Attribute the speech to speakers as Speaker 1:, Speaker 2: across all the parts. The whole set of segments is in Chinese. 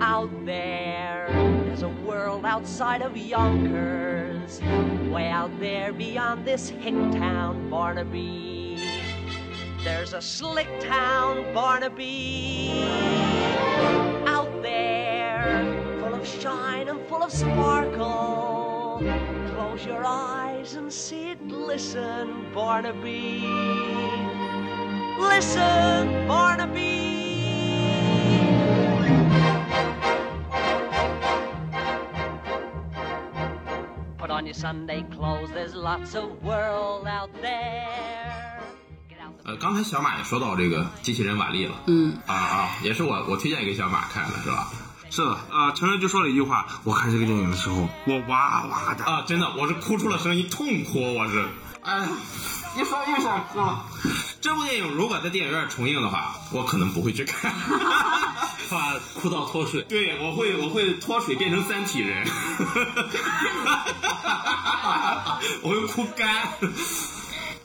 Speaker 1: out there. There's a world outside of Yonkers, way out there beyond this hick town, Barnaby. There's a slick town, Barnaby. Out there, full of shine and full of sparkle. Close your eyes and see it. Listen, Barnaby. Listen, Barnaby. Put on your Sunday clothes, there's lots of world out there. Get out the
Speaker 2: 呃，刚才小马也说到这个机器人瓦力了，
Speaker 3: 嗯，
Speaker 2: 啊啊，也是我我推荐给小马看的呃是吧？
Speaker 4: 是的，啊，陈瑞就说了一句话，我看这个电影的时候，我哇哇的，
Speaker 2: 啊，真的，我是哭出了声音，痛哭，我是。
Speaker 4: 哎，一说又想哭了。
Speaker 2: 这部电影如果在电影院重映的话，我可能不会去 看，
Speaker 5: 怕哭到脱水。
Speaker 2: 对我会我会脱水变成三体人， 我会哭干。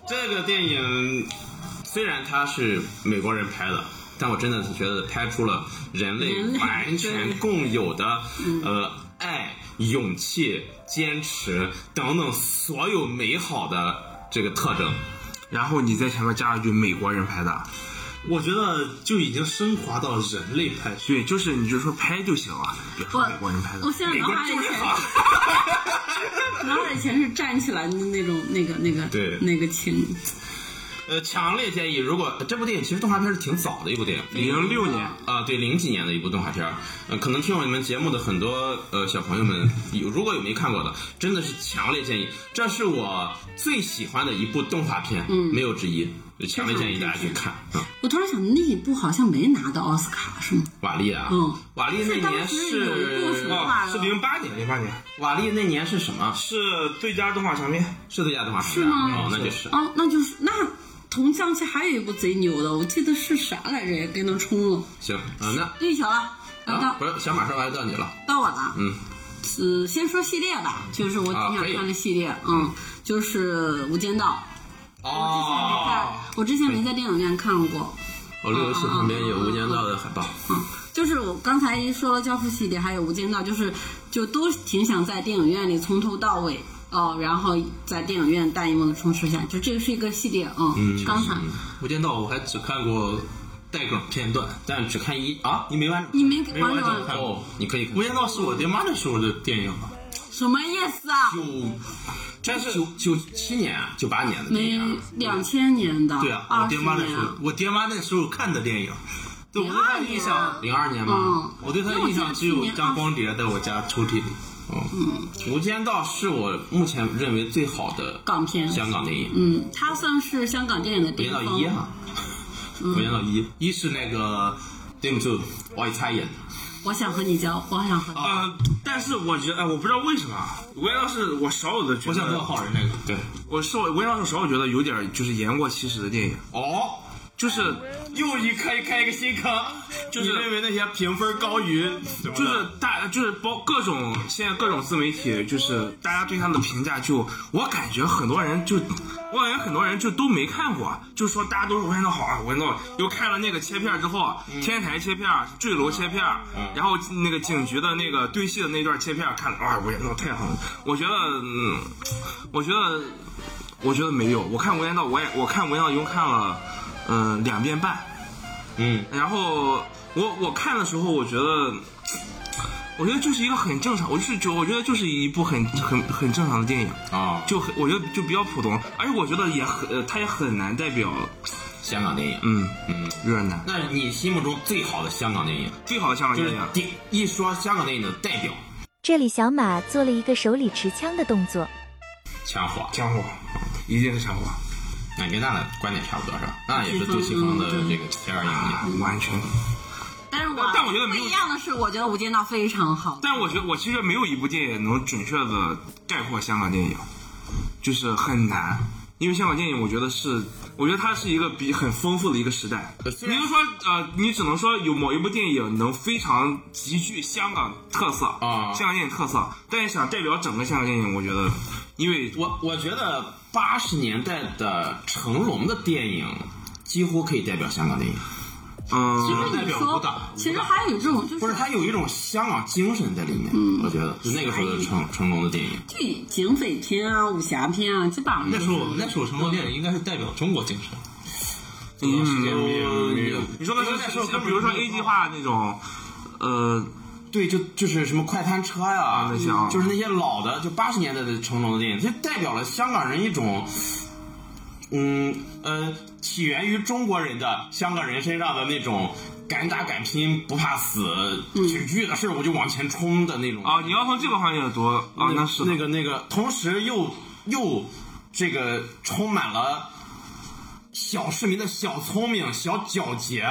Speaker 2: 这个电影虽然它是美国人拍的，但我真的是觉得拍出了人类
Speaker 3: 人类
Speaker 2: 完全共有的呃爱、勇气、坚持等等所有美好的这个特征。
Speaker 4: 然后你在前面加一句美国人拍的，
Speaker 5: 我觉得就已经升华到人类拍摄。
Speaker 4: 对，就是你就说拍就行了，别说美国人拍的
Speaker 3: 我，哦现在
Speaker 2: 美
Speaker 3: 脑
Speaker 2: 国
Speaker 3: 海里
Speaker 2: 就是
Speaker 3: 全
Speaker 2: 好。
Speaker 3: 是脑海里全是站起来的那种那个那个
Speaker 2: 对
Speaker 3: 那个情，
Speaker 2: 呃，强烈建议，如果这部电影其实动画片是挺早的一部电影，
Speaker 4: 零六年，
Speaker 2: 啊、对，零几年的一部动画片儿，呃，可能听我们节目的很多呃小朋友们有，如果有没看过的，真的是强烈建议，这是我最喜欢的一部动画片，嗯，没有之一，强烈建议大家去看啊、
Speaker 3: 我突然想那一部好像没拿到奥斯卡是吗？
Speaker 2: 瓦力啊，
Speaker 3: 嗯
Speaker 2: 瓦力那年是
Speaker 3: 是当时有一部什么
Speaker 2: 哦
Speaker 3: 画
Speaker 4: 是零八年，零八年
Speaker 2: 瓦力那年是什么？
Speaker 4: 是最佳动画长片，
Speaker 2: 是最佳动画片
Speaker 3: 是吗
Speaker 2: 哦，那就是。
Speaker 3: 哦，那就是那同向期还有一部贼牛的，我记得是啥来着，也给能冲了。
Speaker 2: 行，啊，那
Speaker 3: 绿桥了，然后
Speaker 2: 啊，不
Speaker 3: 到
Speaker 2: 是小马说完到你了，
Speaker 3: 到我了。
Speaker 2: 嗯，
Speaker 3: 呃，先说系列吧，就是我挺
Speaker 2: 啊
Speaker 3: 想
Speaker 2: 可以
Speaker 3: 看的系列，嗯，就是《无间道》。
Speaker 2: 哦，
Speaker 3: 我之前没在电影院看过，
Speaker 2: 我路由器旁边有《无间道》的海报，
Speaker 3: 嗯，就是我刚才一说了《教父》系列，还有《无间道》，就是就都挺想在电影院里从头到尾哦，然后在电影院大荧幕的充实下，就这个是一个系列，嗯，刚才
Speaker 5: 《无间道》我还只看过带梗片段，
Speaker 2: 但只看一啊，你没完
Speaker 3: 你没
Speaker 5: 没
Speaker 3: 完
Speaker 5: 完
Speaker 3: 整
Speaker 5: 整看
Speaker 2: 哦
Speaker 5: 过。，
Speaker 2: 你可以看
Speaker 5: 《无间道》是我爹妈那时候的电影吧？
Speaker 3: 什么意思啊？
Speaker 2: 九，但是九九七年啊，九八年的电
Speaker 3: 没
Speaker 2: 影啊，
Speaker 3: 两千年的，
Speaker 5: 对啊，我
Speaker 3: 二十
Speaker 5: 爹妈那时
Speaker 3: 年，
Speaker 5: 候，我爹妈那时候看的电影，对我对他的印象，
Speaker 2: 零二年
Speaker 3: 嗯
Speaker 2: 嘛。，
Speaker 5: 我对他的印象只有一张光碟在我家抽屉里。
Speaker 2: 嗯，《无间道》是我目前认为最好的
Speaker 3: 港片，
Speaker 2: 香港电影，《
Speaker 3: 嗯，它算是香港电影的
Speaker 2: 无
Speaker 3: 巅
Speaker 2: 间道
Speaker 3: 峰。
Speaker 2: 一》哈，
Speaker 5: 《无间啊道一》，一是那个 Dame j o
Speaker 2: 我猜演的，
Speaker 3: 我想和你交，我想和你。
Speaker 4: 呃，但是我觉得，哎、我不知道为什么啊，我也是我少有的觉
Speaker 5: 我
Speaker 4: 得，
Speaker 5: 想问好人那个，
Speaker 2: 对，
Speaker 4: 我是我我也是少有觉得有点就是言过其实的电影，
Speaker 2: 哦，
Speaker 4: 就是
Speaker 2: 又一开开一个新坑，
Speaker 4: 就是
Speaker 5: 你认为那些评分高于，
Speaker 4: 就
Speaker 5: 就是
Speaker 4: 大就是包各种现在各种自媒体，就是大家对他的评价就，我感觉很多人就，我感觉很多人就都没看过，就说大家都说文道好啊，文道又看了那个切片之后，天台切片、坠楼切片，然后那个警局的那个对戏的那段切片，看了啊，文道太好了，我觉得，嗯，我觉得。我觉得没有，我看《文言道》，我也我看《文言道》一共看了，嗯、两遍半，
Speaker 2: 嗯，
Speaker 4: 然后我我看的时候，我觉得，我觉得就是一个很正常，我就是就我觉得就是一部很很很正常的电影，
Speaker 2: 啊，
Speaker 4: 就很我觉得就比较普通，而且我觉得也很，呃它也很难代表，
Speaker 2: 香港电影。
Speaker 4: 嗯
Speaker 2: 嗯，
Speaker 4: 有点难。
Speaker 2: 那你心目中最好的香港电影，
Speaker 4: 最好的香港
Speaker 2: 就
Speaker 4: 电
Speaker 2: 是
Speaker 6: 哎
Speaker 4: 影，
Speaker 2: 第一说香港电影的代表，
Speaker 7: 这里小马做了一个手里持枪的动作。
Speaker 2: 枪火。
Speaker 4: 枪火，一定是枪火，
Speaker 2: 那你跟娜娜观点差不多是吧？娜娜也是杜琪峰的这个第二影帝。
Speaker 4: 完全。
Speaker 3: 但是我
Speaker 4: 但我觉得没有
Speaker 3: 不一样的是，我觉得《无间道》非常好。
Speaker 4: 但我觉得我其实没有一部电影能准确的概括香港电影，就是很难。因为香港电影，我觉得是，我觉得它是一个比很丰富的一个时代。你能说呃，你只能说有某一部电影能非常极具香港特色
Speaker 2: 啊
Speaker 4: 香港电影特色，但是想代表整个香港电影，我觉得，因为
Speaker 2: 我我觉得八十年代的成龙的电影几乎可以代表香港电影。
Speaker 4: 嗯，
Speaker 2: 其实
Speaker 3: 那
Speaker 2: 代
Speaker 3: 你
Speaker 2: 表
Speaker 3: 说
Speaker 2: 武打，
Speaker 3: 其实还有这种就是
Speaker 2: 不是他有一种香港精神在里面，
Speaker 3: 嗯
Speaker 2: 我觉得就那个时候的成成龙的电影。
Speaker 3: 就警匪片啊、武侠片啊，基本上
Speaker 6: 那时候那时候《成龙电影》应该是代表中国精神，
Speaker 2: 嗯
Speaker 6: 这个世界没有没有。
Speaker 4: 你说的
Speaker 2: 那时候
Speaker 4: 是
Speaker 2: 可
Speaker 4: 就比如说 A 计划那种，呃，
Speaker 2: 对，就就是什么快餐车呀、
Speaker 4: 啊那些啊
Speaker 2: 就是那些老的，就八十年代的成龙的电影，这代表了香港人一种，嗯呃，起源于中国人的香港人身上的那种敢打敢拼、不怕死、有遇到事儿我就往前冲的那种
Speaker 4: 嗯啊，你要从这个方面读啊，那是
Speaker 2: 那个那个，同时又又这个充满了小市民的小聪明、小皎洁，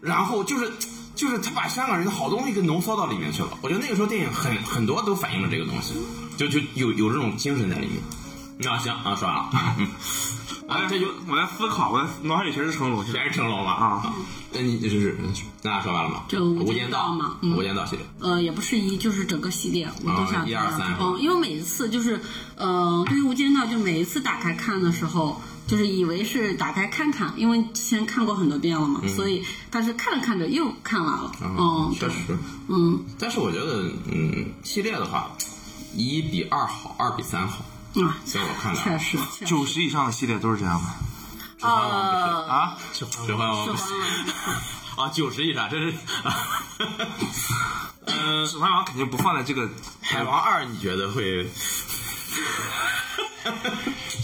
Speaker 2: 然后就是就是他把香港人的好东西给浓缩到里面去了。我觉得那个时候电影很很多都反映了这个东西，就就有有这种精神在里面。那行啊， 说完了，嗯
Speaker 4: 我在
Speaker 2: 啊，这就
Speaker 4: 我在思考，我在脑海里全是成龙，现在
Speaker 2: 全是成龙了
Speaker 4: 啊。
Speaker 2: 那你就是那说完了吗？
Speaker 3: 嗯这个无
Speaker 2: 无
Speaker 3: 间
Speaker 2: 间
Speaker 3: 道
Speaker 2: 道
Speaker 3: 嘛嗯
Speaker 2: 无间道系列，
Speaker 3: 呃，也不是一，就是整个系列我都想
Speaker 2: 啊一二
Speaker 3: 看
Speaker 2: 三
Speaker 3: 嗯，因为每一次就是，呃，对于《无间道》，就每一次打开看的时候，就是以为是打开看看，因为之前看过很多遍了嘛，所以但是看着看着又看完了，嗯，
Speaker 2: 嗯啊确
Speaker 3: 对，
Speaker 2: 实。
Speaker 3: 嗯
Speaker 2: 但是我觉得，嗯，系列的话，一比二好，二比三好，
Speaker 3: 啊，
Speaker 2: 在我看来
Speaker 3: 确实，确实
Speaker 4: 九十以上的系列都是这样的
Speaker 3: 呃，
Speaker 4: 啊。
Speaker 2: 指环 王
Speaker 3: 是
Speaker 2: 不
Speaker 3: 吧
Speaker 2: 行 啊，九十以上，这是。
Speaker 4: 呃
Speaker 2: 嗯，
Speaker 4: 指环王肯定不放在这个，
Speaker 2: 海王二你觉得会？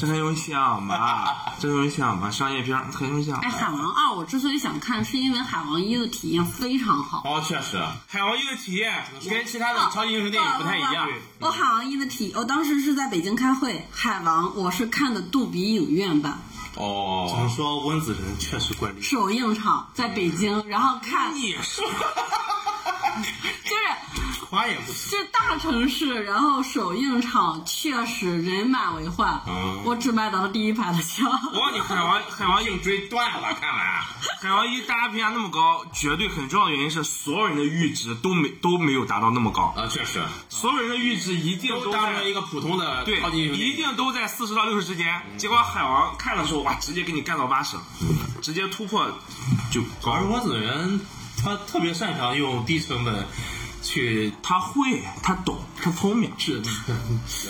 Speaker 4: 真人游戏啊妈，真人游戏啊妈，商业片儿肯定是这样
Speaker 3: 哎，。海王二我之所以想看，是因为海王一的体验非常好。
Speaker 2: 哦，确实，
Speaker 4: 海王一的体验
Speaker 2: 跟其他的超级英雄电影不太一样。
Speaker 3: 我哦海王一的体，我当时是在北京开会，海王我是看的杜比影院版
Speaker 6: 只能
Speaker 2: 哦，
Speaker 6: 说温子仁确实怪力，
Speaker 3: 首映场，在北京，然后看
Speaker 4: 啊你是
Speaker 3: 就是
Speaker 6: 夸也不行。
Speaker 3: 这大城市，然后首映场确实人满为患，
Speaker 2: 嗯
Speaker 3: 我只买到了第一排的票。
Speaker 4: 我告诉你，海王海王一追断了，看来
Speaker 2: 啊
Speaker 4: 海王一大家评价那么高，绝对很重要的原因是所有人的阈值都没都没有达到那么高，
Speaker 2: 啊，确实，
Speaker 4: 所有人的阈值一定
Speaker 2: 都
Speaker 4: 都
Speaker 2: 当成一
Speaker 4: 在
Speaker 2: 个普通的哦
Speaker 4: 对
Speaker 2: 超级英，雄电
Speaker 4: 一
Speaker 2: 影。
Speaker 4: 定都在四十到六十之间。
Speaker 2: 嗯
Speaker 4: 结果海王看的时候，哇，直接给你干到八十，
Speaker 2: 嗯
Speaker 4: 直接突破就高
Speaker 6: 而。温子仁他特别擅长用低成本去
Speaker 4: 他会，他懂，他聪明。
Speaker 6: 治。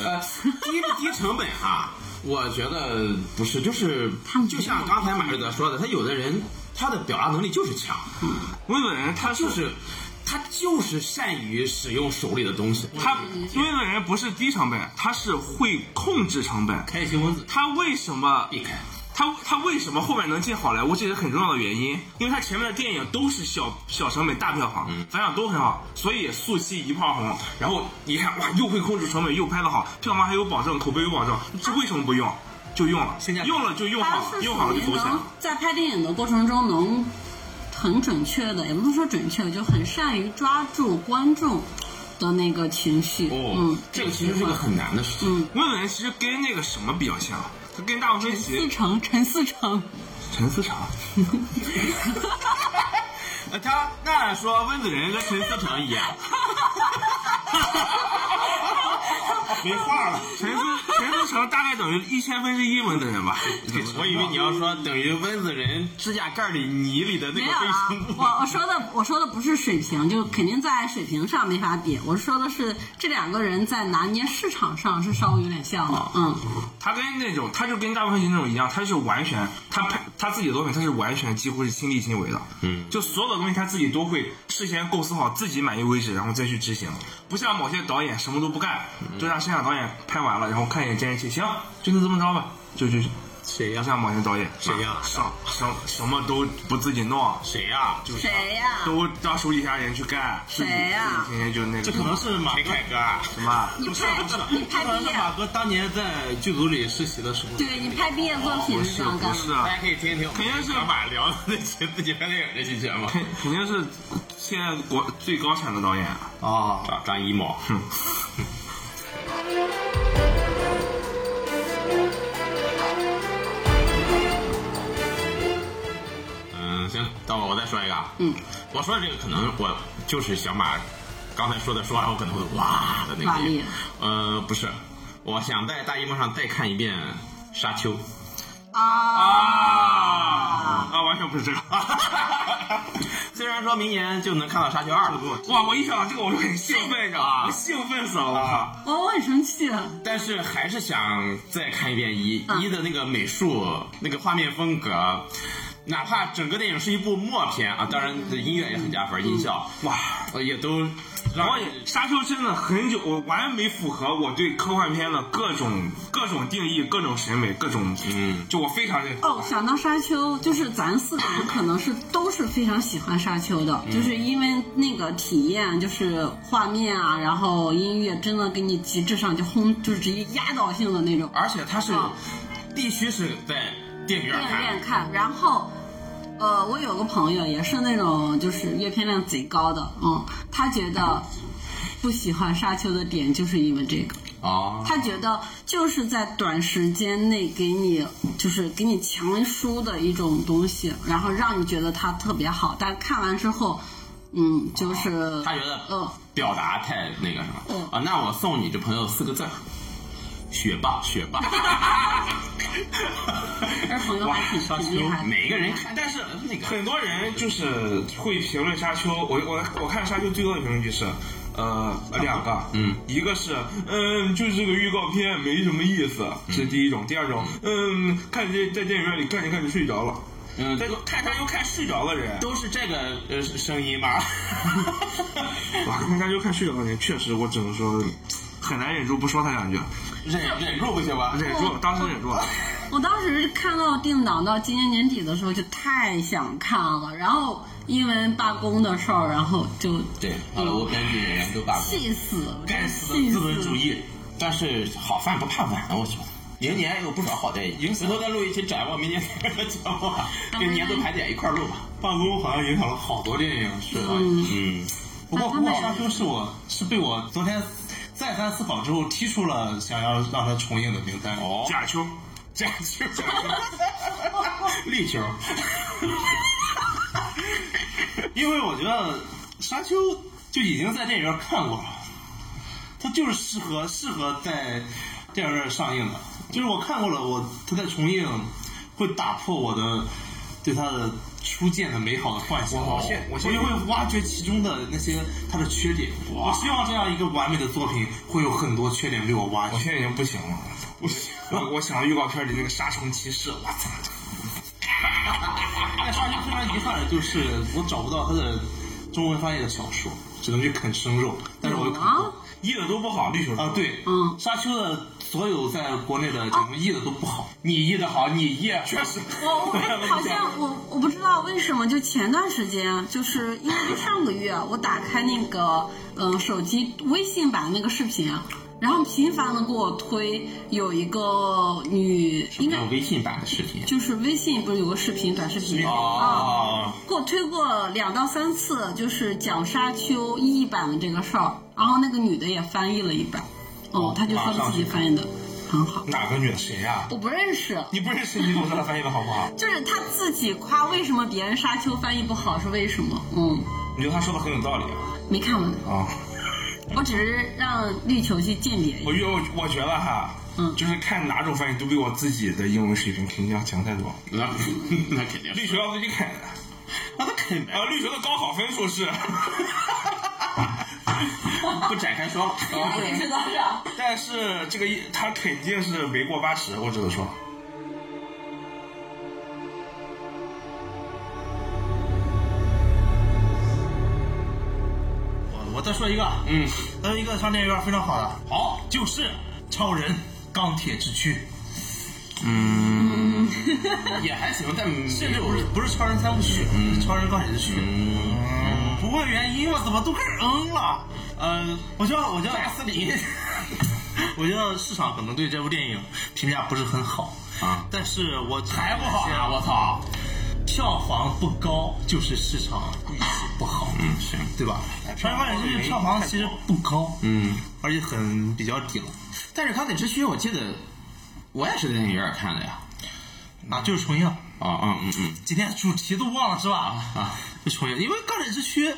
Speaker 2: 呃，低低成本哈，我觉得不是，就是
Speaker 3: 他
Speaker 2: 就像刚才马瑞德说的，他有的人他的表达能力就是强，
Speaker 4: 温子仁他
Speaker 2: 就是是他就是善于使用手里的东西。
Speaker 4: 他，温子仁不是低成本，他是会控制成本。
Speaker 6: 开心温子仁
Speaker 4: 他为什么
Speaker 6: 避开，
Speaker 4: 他他为什么后面能进好莱坞，这是很重要的原因，因为他前面的电影都是小小成本大票房，
Speaker 2: 嗯
Speaker 4: 反响都很好，所以速七一炮红。然后你看哇，又会控制成本，又拍得好，票房还有保证，口碑有保证，这为什么不用？就用了，
Speaker 6: 性价比
Speaker 4: 用了就用
Speaker 3: 他
Speaker 4: 好，
Speaker 3: 是
Speaker 4: 用好
Speaker 3: 属
Speaker 4: 了
Speaker 3: 于
Speaker 4: 就投钱
Speaker 3: 能。在拍电影的过程中能很准确的，也不是说准确，就很善于抓住观众的那个情绪。
Speaker 2: 哦
Speaker 3: 嗯，，
Speaker 2: 这个其实是个很难的事情。
Speaker 3: 嗯，
Speaker 4: 温子仁其实跟那个什么比较像，他跟大卫芬
Speaker 3: 陈思
Speaker 4: 奇、
Speaker 3: 诚，陈思诚，
Speaker 4: 陈思诚。
Speaker 2: 呃，他那样说温子仁跟陈思诚一 样，没话了。
Speaker 4: 陈思陈思诚大概等于一千分之一温子仁吧。
Speaker 2: 我以为你要说等于温子仁指甲盖里泥里的那
Speaker 3: 没有
Speaker 2: 个微
Speaker 3: 啊
Speaker 2: 生，物。
Speaker 3: 我我说的我说的不是水平，就肯定在水平上没法比。我说的是这两个人在拿捏市场上是稍微有点像
Speaker 4: 哦
Speaker 3: 的，嗯，
Speaker 4: 他跟那种，他就跟大部分那种一样，他是完全，他拍他自己的作品，他是完全几乎是亲力亲为的，嗯，就所有的东西他自己都会事先构思好，自己满意为止，然后再去执行，不像某些导演什么都不干，
Speaker 6: 嗯
Speaker 4: 就让摄像导演拍完了，然后看一眼监视器，行，就能这么着吧，就就
Speaker 6: 谁
Speaker 4: 就
Speaker 6: 呀？
Speaker 4: 像某些导演，
Speaker 6: 谁呀
Speaker 4: 什什什么都不自己弄，
Speaker 6: 谁呀？
Speaker 4: 就
Speaker 3: 谁呀
Speaker 4: 都让手底下人去干，自己
Speaker 3: 谁呀
Speaker 4: 自己天天就那个，
Speaker 6: 这可能是马哥
Speaker 2: 啊
Speaker 4: 什么。
Speaker 3: 你
Speaker 6: 不是
Speaker 3: 拍
Speaker 6: 不是
Speaker 3: 你，
Speaker 6: 这
Speaker 3: 拍
Speaker 6: 可能
Speaker 3: 毕
Speaker 6: 是
Speaker 3: 业，
Speaker 6: 马哥当年在剧组里实习的时候。
Speaker 3: 对你拍毕业作品
Speaker 4: 不
Speaker 3: 是
Speaker 4: 是
Speaker 3: 这样干
Speaker 4: 不
Speaker 3: 的
Speaker 4: 是
Speaker 3: 吗。
Speaker 4: 啊
Speaker 2: 大，家可以听一听，
Speaker 4: 肯定是
Speaker 2: 马聊的那期自己拍电影那期节目。
Speaker 4: 肯肯定是现在国最高产的导演，
Speaker 6: 啊，
Speaker 2: 张张艺谋，
Speaker 3: 嗯
Speaker 2: 嗯，行，到我我再说一个。啊
Speaker 3: 嗯，
Speaker 2: 我说的这个可能我就是想把刚才说的说完，我可能会哇的那
Speaker 3: 哇
Speaker 2: 个
Speaker 3: 力
Speaker 2: 音。呃，不是，我想在大荧幕上再看一遍《沙丘》。
Speaker 3: 啊啊，
Speaker 4: 啊，完全不是 这个。
Speaker 8: 虽然说明年就能看到《沙丘二》了，
Speaker 4: 哇，我一想到这个我就 很兴奋，你知道吧？我兴奋啊死了，我靠！
Speaker 3: 我哦我很生气了。
Speaker 8: 啊但是还是想再看一遍一
Speaker 3: 嗯
Speaker 8: 一的那个美术、那个画面风格，哪怕整个电影是一部默片啊，当然音乐也很加分，音效
Speaker 4: 哇，
Speaker 8: 呃也都让
Speaker 4: 我也沙丘真的很久，我完美符合我对科幻片的各种各种定义、各种审美、各种，
Speaker 8: 嗯，
Speaker 4: 就我非常认可。
Speaker 3: 哦，想到沙丘，就是咱四个人可能是都是非常喜欢沙丘
Speaker 4: 嗯
Speaker 3: 的，就是因为那个体验，就是画面啊，然后音乐真的给你极致上就轰，就直接压倒性的那种。
Speaker 8: 而且它是、
Speaker 3: 啊
Speaker 8: 必须是在电影院
Speaker 3: 电影
Speaker 8: 看
Speaker 3: 院看，然后。呃，我有个朋友也是那种就是阅片量贼高的，嗯，他觉得不喜欢沙丘的点就是因为这个，
Speaker 8: 哦。
Speaker 3: 他觉得就是在短时间内给你，就是给你强输的一种东西，然后让你觉得它特别好，但看完之后，嗯，就是
Speaker 8: 他觉得
Speaker 3: 嗯
Speaker 8: 表达太那个什么、
Speaker 3: 嗯
Speaker 8: 啊，那我送你这朋友四个字儿：学霸，学 霸。
Speaker 3: 而朋友还挺挺厉害的，
Speaker 8: 每个人看，但是那个
Speaker 4: 很多人就是会评论沙丘，我我我看沙丘最多的评论就是。呃，两个，
Speaker 8: 嗯，
Speaker 4: 一个是，嗯，就是这个预告片没什么意思，这是第一种；第二种，嗯，看这在电影院里看着看着睡着了，
Speaker 8: 嗯，
Speaker 4: 这
Speaker 8: 这
Speaker 4: 个
Speaker 8: 个
Speaker 4: 看沙丘看睡着的人，
Speaker 8: 都是这个呃声音 吧。
Speaker 4: 哇，看沙丘看睡着的人，确实我只能说很难忍住不说他两句，
Speaker 8: 忍忍住不行吗？
Speaker 4: 忍住，当时忍住了。
Speaker 3: 我当时看到定档到今年年底的时候，就太想看了，然后因为罢工的事儿，然后就
Speaker 2: 对，好莱坞编剧演员都罢工，
Speaker 3: 气死了，
Speaker 2: 该死
Speaker 3: 气
Speaker 2: 的
Speaker 3: 死
Speaker 2: 资本主义。但是好饭不怕晚啊，我觉得。明年有不少好电影，回头再录一期展望明年的节目啊，跟年度盘点一块儿录吧。罢工好像影响了好多电影，是吧？嗯。不过，不过《沙丘》是我是被我昨天再三思考之后踢出了想要让它重映的名单。哦
Speaker 4: 假丘，
Speaker 2: 假 球，绿球，因为我觉得沙丘就已经在电影院看过了，它就是适合适合在电影院上映的，就是我看过了，我它再重映会打破我的对它的初见的美好的幻想，
Speaker 4: 我现我现
Speaker 2: 就会挖掘其中的那些它的缺点。我希望这样一个完美的作品会有很多缺点被我挖
Speaker 4: 我
Speaker 2: 掘。
Speaker 4: 现在已经不行了。我我想到预告片里那个杀虫骑士，我操！
Speaker 2: 但沙丘非常遗憾的就是我找不到他的中文翻译的小说，只能去啃生肉。但是我又啃
Speaker 3: 啊
Speaker 8: 哦
Speaker 2: 过
Speaker 4: 译的都不好，绿球
Speaker 2: 啊，对，
Speaker 3: 嗯
Speaker 2: 沙丘的所有在国内
Speaker 8: 哦
Speaker 2: 的节目译的都不好，你译的好，你译啊确实，
Speaker 8: 哦
Speaker 3: 我我好像我我不知道为什么，就前段时间，啊就是因为就上个月，我打开那个嗯、呃手机微信版那个视频，啊然后频繁的给我推有一个女，应该
Speaker 8: 有微信版的视频。
Speaker 3: 就是微信不是有个视频短视频啊
Speaker 8: 哦，
Speaker 3: 给我推过两到三次，就是讲沙丘一译版的这个事儿，然后那个女的也翻译了一版，哦，她就说自己翻译的很好，
Speaker 4: 哪个女的谁呀、
Speaker 3: 我不认识。
Speaker 4: 你不认识你怎么知道她翻译的好不好？
Speaker 3: 就是她自己夸为什么别人沙丘翻译不好是为什么？嗯，
Speaker 4: 你觉得她说的很有道理
Speaker 3: 没看完，
Speaker 4: 啊？
Speaker 3: 我只是让绿球去鉴别 一下
Speaker 4: 我。觉我我觉得哈，
Speaker 3: 嗯
Speaker 4: 就是看哪种翻译都比我自己的英文水平肯定要强太多。
Speaker 8: 那 那肯定是
Speaker 4: 绿球要自己啃，
Speaker 2: 那他啃呗，
Speaker 9: 呃
Speaker 4: 然后绿球的高考分数是，
Speaker 8: 不展开说了。
Speaker 3: 我也知道是啊，
Speaker 4: 但是这个一他肯定是没过八十，我只能说。
Speaker 2: 我我再说一个，嗯，还有一个上电影院非常好的，好就是超人钢铁之躯，
Speaker 8: 嗯也还行， 但
Speaker 2: 甚至不是不是超人三部曲，是超人钢铁之躯，嗯，不问原因我怎么都开始嗯了，呃，我觉得我觉得
Speaker 8: 斯里
Speaker 2: 我觉得市场可能对这部电影评价不是很好
Speaker 8: 啊，
Speaker 2: 但是哎我
Speaker 8: 还不好啊！我操！
Speaker 2: 票房不高就是市场预期不好，
Speaker 8: 嗯，是，
Speaker 2: 对吧？超人钢铁之躯哎票房其实不高，
Speaker 8: 嗯，
Speaker 2: 而且很比较顶，
Speaker 8: 但是钢铁之躯，我记得我也是在电影院看的呀。
Speaker 2: 啊，就是重映。
Speaker 8: 啊啊嗯嗯，
Speaker 2: 今天主题都忘了是吧？
Speaker 8: 啊，
Speaker 2: 就重映，因为钢铁之躯，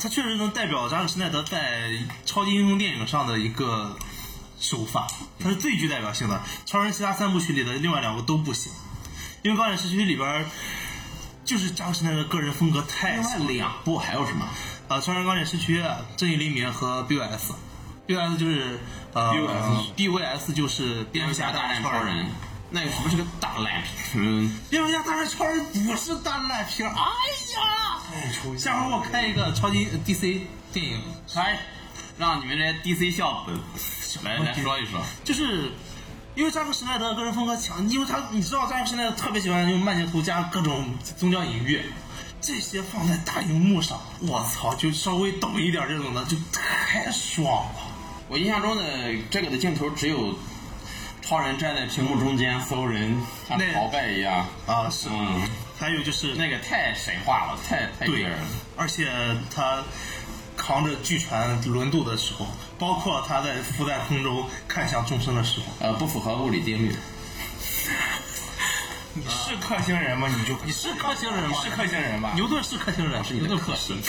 Speaker 2: 它确实能代表扎克施耐德在超级英雄电影上的一个
Speaker 9: 手法，它是最具代表性的。超人其他三部曲里的另外两部都不行，因为《钢铁时区》里边儿就是张弛那个个人风格太
Speaker 2: 另
Speaker 9: 强
Speaker 2: 外
Speaker 9: 烈
Speaker 2: 两部还有什么？
Speaker 9: 啊，《超人钢铁时区》《正义黎明》和 BOS。BOS 就是呃
Speaker 2: BOS
Speaker 9: BOS 就是蝙蝠侠
Speaker 2: 大战
Speaker 9: 超
Speaker 2: 超人，那个不是个大烂片，
Speaker 9: 蝙蝠侠大战超人不是大烂片儿，哎呀！下回我开一个超级呃 DC 电影，
Speaker 2: 来，让你们这些 DC 校本来来说一说，
Speaker 9: 就是因为扎克施耐德个人风格强，因为他你知道扎克施耐德特别喜欢用慢镜头加各种嗯宗教隐喻，这些放在大荧幕上，我操，就稍微懂一点这种的就太爽了。
Speaker 2: 我印象中的这个的镜头只有超人站在屏幕中间搜人，像
Speaker 9: 那
Speaker 2: 鳌拜一样。
Speaker 9: 啊，是，
Speaker 2: 嗯，
Speaker 9: 还有就是
Speaker 2: 那个太神话了，太太
Speaker 9: 对
Speaker 2: 惊人了。，
Speaker 9: 而且他扛着巨船轮渡的时候，包括他在浮在空中看向众生的时候，
Speaker 2: 呃，不符合物理定律。
Speaker 9: 你是克星人吗？你就你是克星人吗？
Speaker 2: 是克星人吧
Speaker 9: 牛顿是克星人，是
Speaker 2: 你的
Speaker 9: 克
Speaker 2: 克
Speaker 9: 星。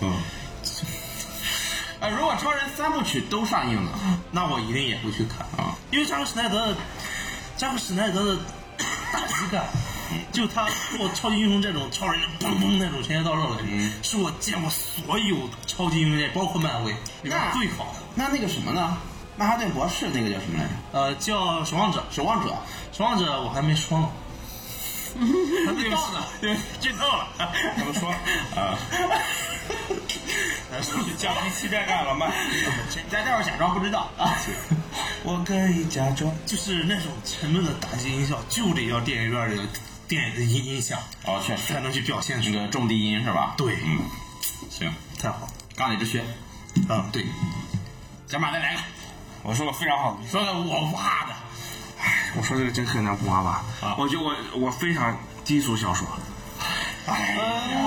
Speaker 2: 嗯。 呃，如果超人三部曲都上映了，
Speaker 9: 那我一定也会去看
Speaker 2: 啊，
Speaker 9: 因为扎克施耐德的，扎克施耐德的打击感，就他做超级英雄这种超人嘣嘣那种拳拳到肉的，是我见过所有超级英雄电影，包括漫威里面
Speaker 2: 那
Speaker 9: 最好的。
Speaker 2: 那那个什么呢？曼哈顿博士那个叫什么来着？
Speaker 9: 呃，叫《守望者》，《
Speaker 2: 守望者，
Speaker 9: 守望者》我还没说呢，
Speaker 2: 还没到 呢，
Speaker 9: 对，剧透了。
Speaker 2: 怎么说？啊，
Speaker 4: 呃
Speaker 9: 降低期待感了吗？
Speaker 2: 咱待会儿假装不知 道啊。
Speaker 9: 我可以假装，就是那种沉闷的打击音效，就得要电影院里的电影的音音响
Speaker 2: 哦，确实
Speaker 9: 才，能去表现出
Speaker 2: 那
Speaker 9: 来。
Speaker 2: 个重低音是吧？
Speaker 9: 对
Speaker 2: 嗯，行，嗯
Speaker 9: 太好了，
Speaker 2: 钢铁之靴，
Speaker 9: 啊、对，
Speaker 2: 小马再来个，
Speaker 4: 我说个非常好的，
Speaker 2: 说个我哇的，
Speaker 4: 我说这个真可能不挖吧？我就我我非常低俗小说，
Speaker 2: 哎呀，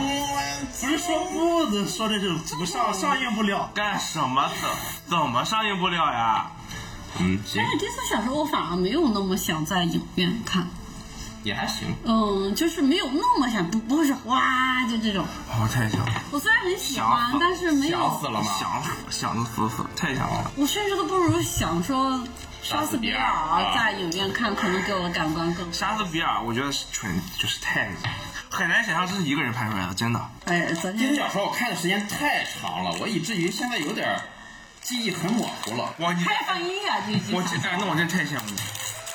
Speaker 9: 不是说不能说这种怎么上上映不了，
Speaker 4: 干什么怎怎么上映不了呀？
Speaker 2: 嗯，行
Speaker 3: 但，是低俗小说我反而没有那么想在影院看，
Speaker 2: 也还行，
Speaker 3: 嗯，就是没有那么想，不不是哇就这种。
Speaker 4: 我太想
Speaker 3: 我虽然很喜
Speaker 4: 想
Speaker 3: 欢
Speaker 4: 死，
Speaker 3: 但是没
Speaker 2: 想
Speaker 3: 有
Speaker 2: 死，了吗？
Speaker 4: 想想的死死，太想了。
Speaker 3: 我甚至都不如想说
Speaker 2: 杀
Speaker 3: 杀
Speaker 2: 死
Speaker 3: 死
Speaker 2: 比
Speaker 3: 比
Speaker 2: 尔
Speaker 3: 尔在影院看，可能给我的感官更。
Speaker 4: 莎士比亚，我觉得是纯就是太很难想象这是一个人拍出来的，啊真的。
Speaker 3: 哎呀，昨
Speaker 2: 这
Speaker 3: 天
Speaker 2: 本小说我看的时间太长了，我以至于现在有点儿记忆很模糊了。
Speaker 4: 哇，你
Speaker 3: 还放音乐啊这一句
Speaker 4: 我真哎，那我真太羡慕你。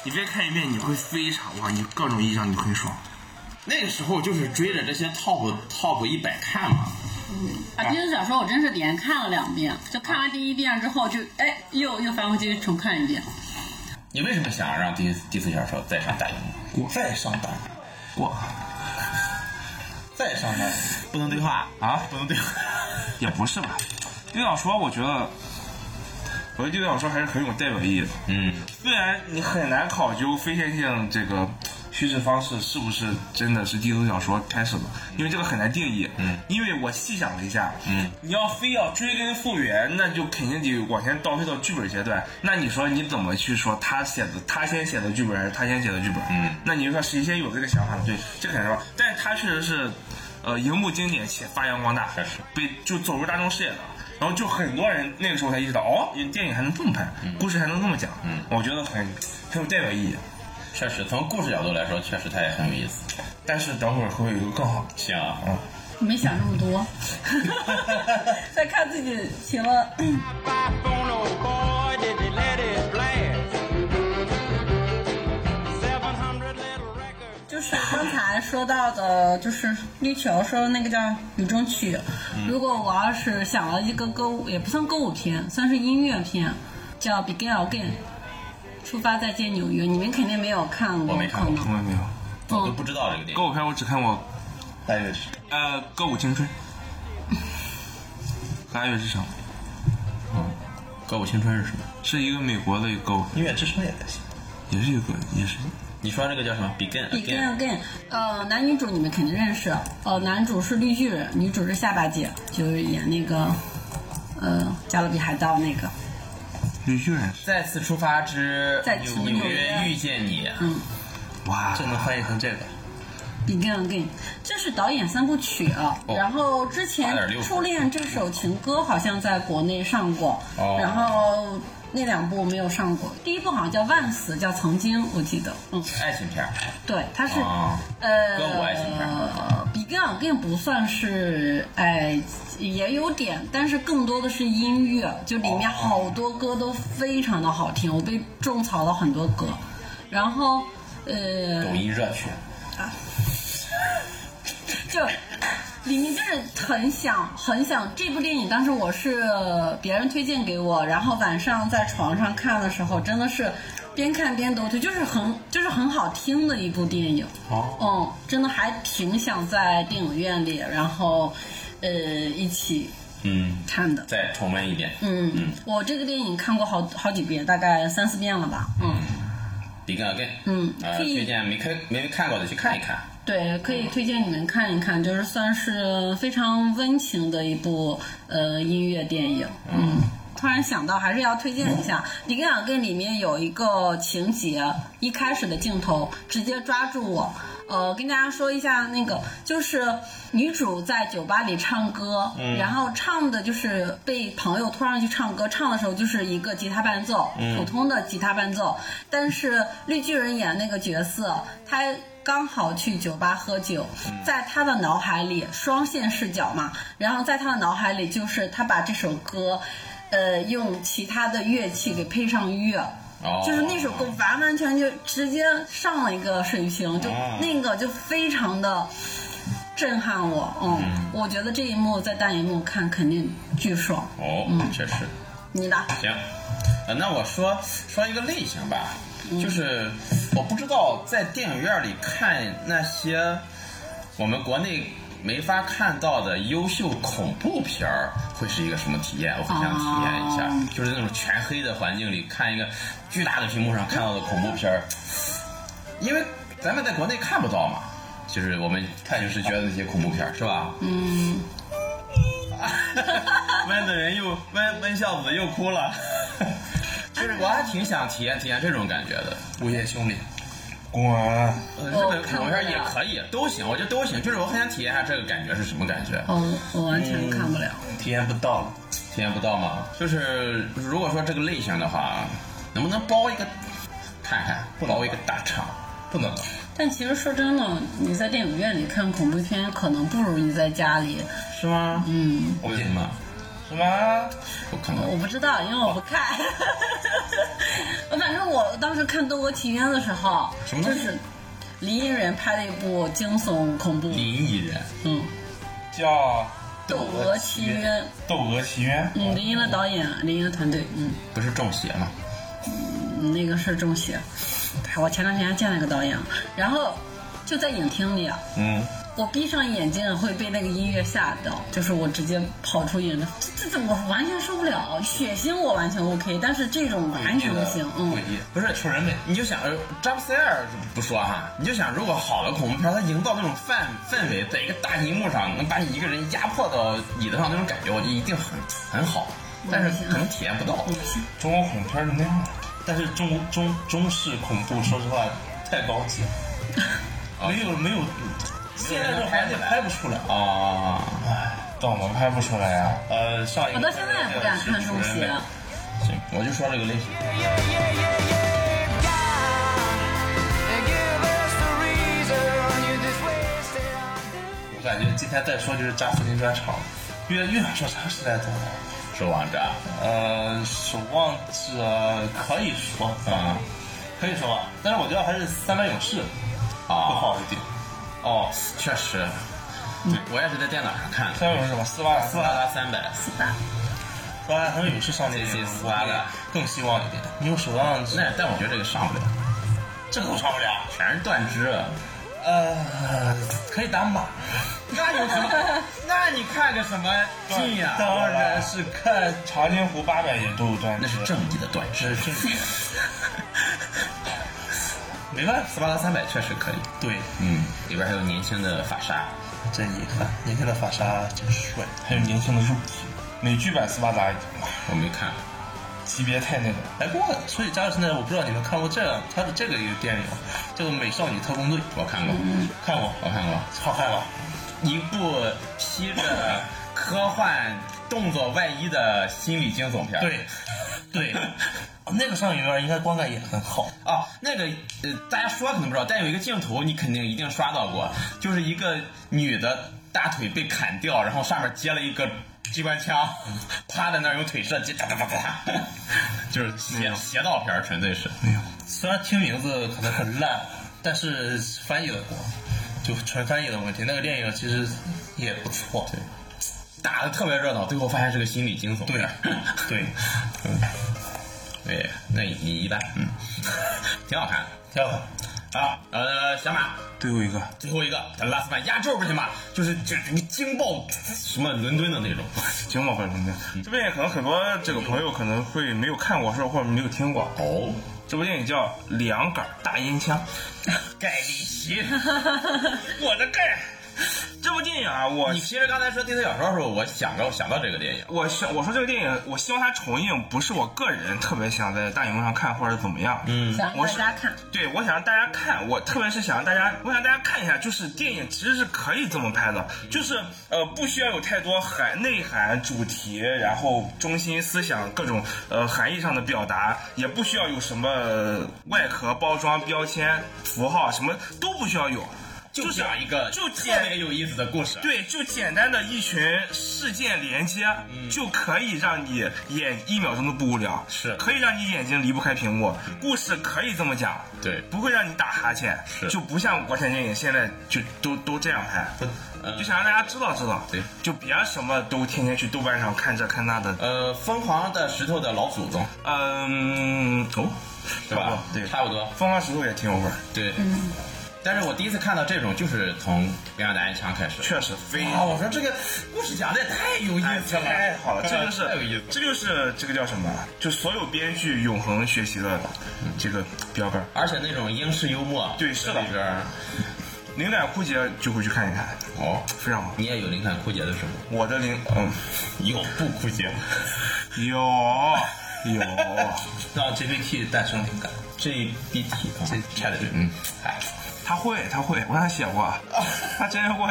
Speaker 4: 你别看一遍，你会非常哇！你各种意义上你会爽。
Speaker 2: 那个时候就是追着这些 top top 一百看嘛，
Speaker 3: 啊，低俗小说我真是连看了两遍，就看完第一遍之后就哎又又翻回去重看一遍。
Speaker 2: 你为什么想让第第四小说再上大荧幕？再上大，
Speaker 4: 我
Speaker 2: 再上大，
Speaker 9: 不能对话，
Speaker 4: 啊，
Speaker 9: 不能对话。
Speaker 4: 也不是吧。低俗小说，我觉得，我觉得低俗小说还是很有代表意义的。
Speaker 2: 嗯，
Speaker 4: 虽然你很难考究非线性这个叙事方式是不是真的是低俗小说开始的，因为这个很难定义。嗯，因为我细想了一下，嗯，你要非要追根溯源，那就肯定得往前倒推到剧本阶段。那你说你怎么去说他写的他先写的剧本还是他先写的剧本？嗯，那你就说谁先有这个想法？对，这肯定是吧。但是他确实是，呃，荧幕经典且发扬光大，被就走入大众视野的。然后就很多人那个时候才意识到，哦，电影还能这么拍，
Speaker 2: 嗯
Speaker 4: 故事还能这么讲，我觉得很很有代表意义。
Speaker 2: 确实从故事角度来说，确实它也很有意思。
Speaker 4: 但是等会儿会有一个更好的。
Speaker 2: 行啊，
Speaker 3: 没想那么 多，在看自己行了。就是刚才说到的，就是绿球说那个叫《雨中曲》。如果我要是想了一个歌舞，也不算歌舞片，算是音乐片，叫《Begin Again》，出发再见纽约。你们肯定没有看过，
Speaker 2: 我没看过
Speaker 3: 可
Speaker 4: 哦从
Speaker 3: 能
Speaker 4: 来没有
Speaker 3: 哦
Speaker 2: 我都不知道这个电
Speaker 4: 歌
Speaker 2: 影。
Speaker 4: 舞片，我只看过
Speaker 2: 大月是
Speaker 4: 呃《歌舞 青春》和《爱乐之城》，
Speaker 2: 嗯歌舞青春是什么？
Speaker 4: 是一个美国的一个歌舞，
Speaker 2: 音乐之声也在线。
Speaker 4: 也是一个也是
Speaker 2: 你说这个叫什么？Begin
Speaker 3: Begin Again，呃，男女主你们肯定认识，呃，男主是绿巨人，女主是下巴姐，就是演那个，呃，《加勒比海盗》那个，
Speaker 4: 绿巨人。
Speaker 2: 再次出发之
Speaker 3: 再次
Speaker 2: 纽
Speaker 3: 纽
Speaker 2: 约
Speaker 3: 约
Speaker 2: 遇见你，啊
Speaker 3: 嗯，
Speaker 4: 哇，
Speaker 9: 这能翻译成这个？
Speaker 3: Begin Again》，这是导演三部曲啊。
Speaker 2: 哦
Speaker 3: 然后之前
Speaker 2: 8.6
Speaker 3: 《初恋》这首情歌好像在国内上过，
Speaker 2: 哦
Speaker 3: 然后那两部没有上过。第一部好像叫《万死》，叫《曾经》，我记得。嗯，
Speaker 2: 爱情片儿
Speaker 3: 对，它是、
Speaker 2: 啊，
Speaker 3: 呃，
Speaker 2: 歌舞爱情片
Speaker 3: 呃，Begin Again 不算是哎，也有点，但是更多的是音乐，就里面好多歌都非常的好听，我被种草了很多歌，然后呃，
Speaker 2: 抖音热曲，
Speaker 3: 就里面就是很想很想这部电影，当时我是别人推荐给我，然后晚上在床上看的时候，真的是边看边抖腿，就是很就是很好听的一部电影。
Speaker 2: 哦，
Speaker 3: 嗯，真的还挺想在电影院里，然后呃一起
Speaker 2: 嗯，
Speaker 3: 看的。
Speaker 2: 再重温一遍，
Speaker 3: 嗯，
Speaker 2: 嗯
Speaker 3: 我这个电影看过好好几遍，大概三四遍了吧。嗯
Speaker 2: ，Begin Again，
Speaker 3: 嗯，
Speaker 2: 呃，
Speaker 3: 可以
Speaker 2: 推荐没看没看过的去看一看，
Speaker 3: 对，可以推荐你们看一看，就是算是非常温情的一部呃音乐电影。嗯，突然想到还是要推荐一下《你跟我跟》里面有一个情节，一开始的镜头直接抓住我。呃，跟大家说一下那个，就是女主在酒吧里唱歌，然后唱的就是被朋友拖上去唱歌，唱的时候就是一个吉他伴奏，普通的吉他伴奏，但是绿巨人演那个角色，他刚好去酒吧喝酒，在他的脑海里双线视角嘛，然后在他的脑海里就是他把这首歌，呃，用其他的乐器给配上乐。
Speaker 2: 哦，
Speaker 3: 就是那首歌完完全就直接上了一个水平，就
Speaker 2: 哦
Speaker 3: 那个就非常的震撼我，嗯，我觉得这一幕在大荧幕看肯定巨爽。
Speaker 2: 哦，确实。
Speaker 3: 你的
Speaker 2: 行，呃，那我说说一个类型吧，
Speaker 3: 嗯
Speaker 2: 就是我不知道在电影院里看那些我们国内没法看到的优秀恐怖片儿会是一个什么体验，我很想体验一下，
Speaker 3: 哦
Speaker 2: 就是那种全黑的环境里看一个巨大的屏幕上看到的恐怖片儿，因为咱们在国内看不到嘛。就是我们看就是觉得那些恐怖片儿是吧？
Speaker 3: 嗯，
Speaker 2: 温子仁又温温孝子又哭了， 就是我还挺想体验体验这种感觉的。
Speaker 9: 午夜凶铃，滚！
Speaker 2: 呃，日本恐怖片也可以，都行，我觉得都行。就是我很想体验一下这个感觉是什么感觉，
Speaker 3: 哦，我完全看不了。
Speaker 2: 嗯
Speaker 9: 体验不到了。
Speaker 2: 体验不到吗？就是如果说这个类型的话，能不能包一个看看，包一个大场？不能，
Speaker 3: 但其实说真的，你在电影院里看恐怖片，可能不如你在家里。
Speaker 2: 是吗？
Speaker 3: 嗯，
Speaker 2: 为什么？哦
Speaker 9: 什么？
Speaker 2: 不可
Speaker 3: 我
Speaker 2: 能。
Speaker 3: 不知道，因为我不看。 我反正我当时看《窦娥奇冤》的时候，
Speaker 2: 什么东
Speaker 3: 就
Speaker 2: 西
Speaker 3: 是林依人拍的一部惊悚恐怖，
Speaker 2: 林异人，
Speaker 3: 嗯，
Speaker 9: 叫
Speaker 3: 《窦娥奇冤》，
Speaker 9: 窦娥奇冤。
Speaker 2: 哦
Speaker 3: 嗯，林依了导演，林依了团队，嗯。
Speaker 2: 不是中邪吗？
Speaker 3: 嗯那个是中邪。哎我前两天还见了个导演，然后就在影厅里啊，
Speaker 2: 嗯，
Speaker 3: 我闭上眼睛会被那个音乐吓到，就是我直接跑出影，这这这我完全受不了。血腥我完全 OK，但是这种完全不行。嗯
Speaker 2: 诡，异，不是穷人们，你就想呃，Jump Scare 不说哈，你就想如果好的恐怖片，它营造那种氛氛围，在一个大荧幕上能把你一个人压迫到椅子上那种感觉，我觉得一定很很好，但是可能体验不到。
Speaker 9: 中国恐怖片就那样，但是中中中式恐怖，说实话太高级了， 没有没有，现在这环境拍不出来。
Speaker 2: 啊，
Speaker 9: 哎，怎么拍不出来呀、呃，上一个
Speaker 3: 我到现在也不敢看啊中邪。
Speaker 2: 行，我就说这个类型。
Speaker 9: 我感觉今天再说就是扎福林专场，越越想说啥时代的，
Speaker 2: 是王者，
Speaker 9: 呃，守望者可以说啊、可以说吧，但是我觉得还是三百勇士会好一点。
Speaker 2: 啊
Speaker 9: 嗯
Speaker 2: 哦，确实，我也是在电脑上看的，
Speaker 9: 三百勇士什么？斯巴达，斯
Speaker 2: 斯巴达三百，
Speaker 9: 斯巴达还有勇士上那些啊
Speaker 2: 斯巴达
Speaker 9: 更希望一点。你有守望者，
Speaker 2: 那但我觉得这个上不了，
Speaker 9: 这个我上不了。
Speaker 2: 全是断肢。
Speaker 9: 呃，可以打马。
Speaker 2: 那有什么？那你看个什么啊劲呀、
Speaker 9: 当然是看长津湖八百也都有断
Speaker 2: 那
Speaker 9: 肢，
Speaker 2: 是正义的断肢。
Speaker 9: 这是正确。没办
Speaker 2: 斯
Speaker 9: 法，
Speaker 2: 巴达三百确实可以，
Speaker 9: 对，
Speaker 2: 嗯，里边还有年轻的法鲨，
Speaker 9: 真遗憾，年轻的法鲨真帅，还有年轻的肉体。美剧版斯巴达，
Speaker 2: 我没看，
Speaker 9: 级别太那个来过了。所以加入现在我不知道你们看过这样他的这个一个电影，叫做《美少女特工队》，
Speaker 2: 我看过，看过，我看过，
Speaker 9: 好看吧？
Speaker 2: 一部披着科幻动作外衣的心理惊悚片。
Speaker 9: 对，对，那个上影院应该观感也很好。
Speaker 2: 哦，那个呃，大家说可能不知道，但有一个镜头你肯定一定刷到过，就是一个女的大腿被砍掉，然后上面接了一个机关枪， 趴在那儿用腿射击，哒哒哒哒哒， 就是邪邪道片儿，纯粹是。
Speaker 9: 虽然听名字可能很烂，但是翻译的过，就纯翻译的问题。那个电影其实也不错。对。
Speaker 2: 打的特别热闹，最后发现是个心理惊悚。
Speaker 9: 对 对，
Speaker 2: 嗯，对，那一一般，嗯，挺好看的
Speaker 9: 挺好看。
Speaker 2: 啊。呃，小马，
Speaker 4: 最后一个，
Speaker 2: 最后一个，咱 last one 压轴不行吗？就是就是惊爆什么伦敦的那种，
Speaker 4: 惊爆版伦敦。
Speaker 2: 嗯
Speaker 4: 这部电影可能很多这个朋友可能会没有看过，或者或者没有听过。
Speaker 2: 哦，
Speaker 4: 这部电影叫《两杆大音箱》。
Speaker 2: 盖里奇，
Speaker 4: 我的盖！这部电影啊，我
Speaker 2: 你其实刚才说地推小说的时候，我想到想到这个电影，
Speaker 4: 我是我说这个电影，我希望它重映，不是我个人特别想在大荧幕上看或者怎么样。嗯，
Speaker 3: 想让
Speaker 4: 我
Speaker 3: 大
Speaker 4: 是
Speaker 3: 家看，
Speaker 4: 对，我想让大家看，我特别是想让大家，我想大家看一下，就是电影其实是可以这么拍的，就是呃不需要有太多含内涵、主题，然后中心思想各种呃含义上的表达，也不需要有什么呃外壳包装、标签、符号，什么都不需要有。
Speaker 2: 就
Speaker 4: 就是
Speaker 2: 讲一个
Speaker 4: 就
Speaker 2: 特
Speaker 4: 讲
Speaker 2: 别有意思的故事。
Speaker 4: 对，就简单的一群事件连接，
Speaker 2: 嗯
Speaker 4: 就可以让你眼一秒钟都不无聊，
Speaker 2: 是嗯
Speaker 4: 可以让你眼睛离不开屏幕，故事可以这么讲，
Speaker 2: 对
Speaker 4: 不会让你打哈欠，
Speaker 2: 是
Speaker 4: 就不像国产电影现在就都都这样拍，
Speaker 2: 嗯
Speaker 4: 就想让大家知道知道，
Speaker 2: 对，
Speaker 4: 就别什么都天天去豆瓣上看这看那的，
Speaker 2: 呃，疯狂的石头的老祖宗，
Speaker 4: 嗯，哦，
Speaker 2: 对
Speaker 4: 差不
Speaker 2: 吧
Speaker 4: 多？对，
Speaker 2: 差不多。
Speaker 4: 疯狂石头也挺有味儿，
Speaker 2: 对。但是我第一次看到这种，就是从《别让打一枪》开始。
Speaker 4: 确实非
Speaker 2: 啊，我说这个故事讲的也太有意思了，
Speaker 4: 哎太好了，这就
Speaker 2: 太有意
Speaker 4: 是
Speaker 2: 思了。
Speaker 4: 这就是这个叫什么？就所有编剧永恒学习的这个标杆。
Speaker 2: 而且那种英式幽默，
Speaker 4: 对是的
Speaker 2: 里边儿
Speaker 4: 灵感枯竭啊就会去看一看，
Speaker 2: 哦，
Speaker 4: 非常好。
Speaker 2: 你也有灵感枯竭的时候，
Speaker 4: 我的灵，嗯，
Speaker 2: 有不枯竭？
Speaker 4: 有有，
Speaker 9: 让 GPT 诞生灵感。
Speaker 2: 这 B T 啊，
Speaker 9: 这
Speaker 2: 差的对，嗯，哎，
Speaker 4: 他会他会，我让他写过，他真会，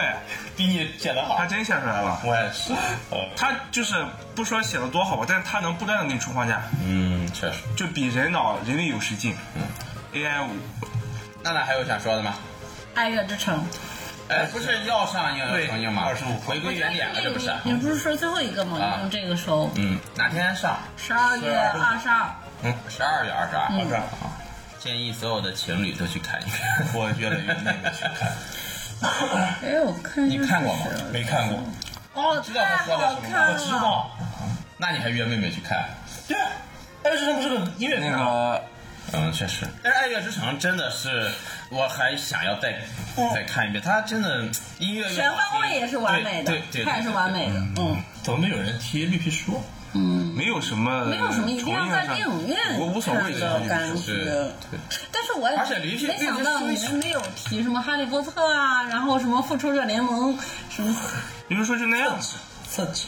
Speaker 2: 比你写的好
Speaker 4: 他，真写出来了。
Speaker 2: 我也是， 哦，
Speaker 4: 他就是不说写的多好吧，但是他能不断的给你出框架，
Speaker 2: 嗯，确实。
Speaker 4: 就比人脑人类有时劲。AI
Speaker 2: 娜娜还有想说的吗？
Speaker 3: 《爱乐之城》
Speaker 2: 哎，不是要上映要
Speaker 9: 对
Speaker 2: 上映吗？
Speaker 9: 25
Speaker 2: 回归原点嗯了，这不是？
Speaker 3: 你不是说最后一个吗？
Speaker 2: 啊
Speaker 3: 你用这个收，
Speaker 2: 嗯，哪天上？
Speaker 3: 十二月二十二，
Speaker 2: 嗯，十二月二十二，
Speaker 3: 嗯
Speaker 2: 这啊。建议所有的情侣都去看一看。
Speaker 9: 我越来越那个去看，
Speaker 3: 哎，我看
Speaker 2: 你看过吗？
Speaker 9: 没看过，
Speaker 3: 哦，
Speaker 2: 知道他
Speaker 3: 太
Speaker 2: 说的
Speaker 3: 好
Speaker 2: 什么吗
Speaker 3: 看啊
Speaker 9: 我
Speaker 3: 了，
Speaker 9: 知道。
Speaker 2: 那你还约妹妹去看？
Speaker 9: 对啊，但是他不是个音乐
Speaker 4: 那个
Speaker 2: 嗯，确实。啊但是《爱乐之城》真的是，我还想要再、再看一遍。它真的音乐
Speaker 3: 嗯全方位也是完美的
Speaker 2: 对，对，对
Speaker 3: 它也是完。美的，嗯
Speaker 9: 怎么没有人提绿皮书？
Speaker 3: 嗯，
Speaker 4: 没有什么，
Speaker 3: 没有什么一定要在电影院
Speaker 4: 我无所谓
Speaker 3: 看的感
Speaker 2: 对对
Speaker 3: 觉
Speaker 2: 对。对，
Speaker 3: 但是我也
Speaker 2: 而且驴皮
Speaker 3: 没想到
Speaker 2: 驴
Speaker 3: 你
Speaker 2: 皮
Speaker 3: 们没有提什么《哈利波特》啊，然后什么《复仇者联盟》什么，
Speaker 4: 比如说就那样，
Speaker 9: 厕
Speaker 2: 《
Speaker 9: 纸，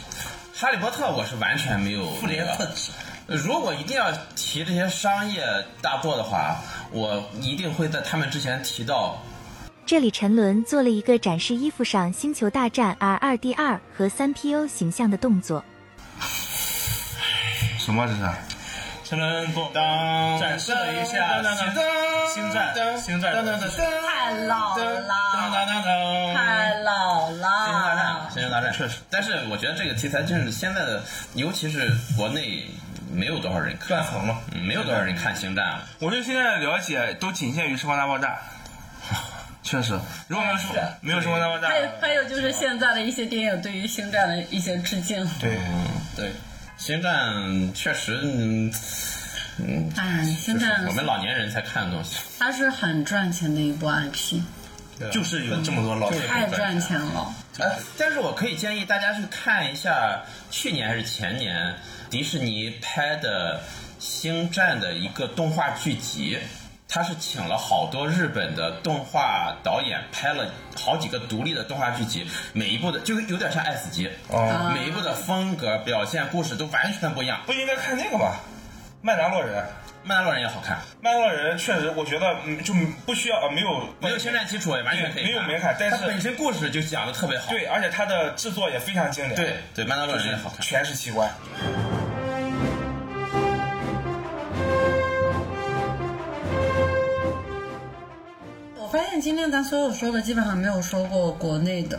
Speaker 2: 哈利波特》我是完全没有
Speaker 9: 复
Speaker 2: 那
Speaker 9: 联
Speaker 2: 个
Speaker 9: 厕纸，
Speaker 2: 如果一定要提这些商业大作的话，我一定会在他们之前提到
Speaker 7: 这里沉沦做了一个展示衣服上《星球大战 R2D2》和 3PO 形象的动作。
Speaker 4: 什么这是？
Speaker 9: 陈伦给我们
Speaker 2: 当
Speaker 9: 展示了一下星星战星战的故事
Speaker 3: 太老了，太老
Speaker 2: 星球大
Speaker 3: 了
Speaker 2: 战，。星球大战确实，但是我觉得这个题材真是现在的，尤其是国内没有多少人看，
Speaker 9: 断层了。
Speaker 2: 嗯没有多少人看星战了。
Speaker 4: 我对现在的了解都仅限于《生活大爆炸》， 确实，如果没有生没有《生活大爆炸
Speaker 3: 还有》，还有就是现在的一些电影对于星战的一些致敬，
Speaker 4: 对，
Speaker 2: 对，星战确实，嗯嗯，
Speaker 3: 哎，星
Speaker 2: 就是
Speaker 3: 战
Speaker 2: 我们老年人才看的东西，
Speaker 3: 它是很赚钱的一部 IP，
Speaker 9: 就是有这么多老
Speaker 2: 对
Speaker 3: 太赚钱了。
Speaker 2: 哎，但是我可以建议大家去看一下去年还是前年迪士尼拍的《星战》的一个动画剧集，他是请了好多日本的动画导演拍了好几个独立的动画剧集，每一部的就有点像 S 级，
Speaker 4: 哦，
Speaker 2: 每一部的风格、表现、故事都完全不一样。
Speaker 4: 不应该看那个吧？曼达洛人，
Speaker 2: 曼达洛人也好看，
Speaker 4: 曼达洛人确实，我觉得嗯就不需要呃没有
Speaker 2: 没有宣战基础也完全可以看，
Speaker 4: 没有门槛但是
Speaker 2: 它本身故事就讲的特别好，
Speaker 4: 对，而且它的制作也非常经典，，
Speaker 2: 对对，曼达洛人也好看。
Speaker 4: 全是奇观。
Speaker 3: 我发现今天咱所有说的基本上没有说过国内的，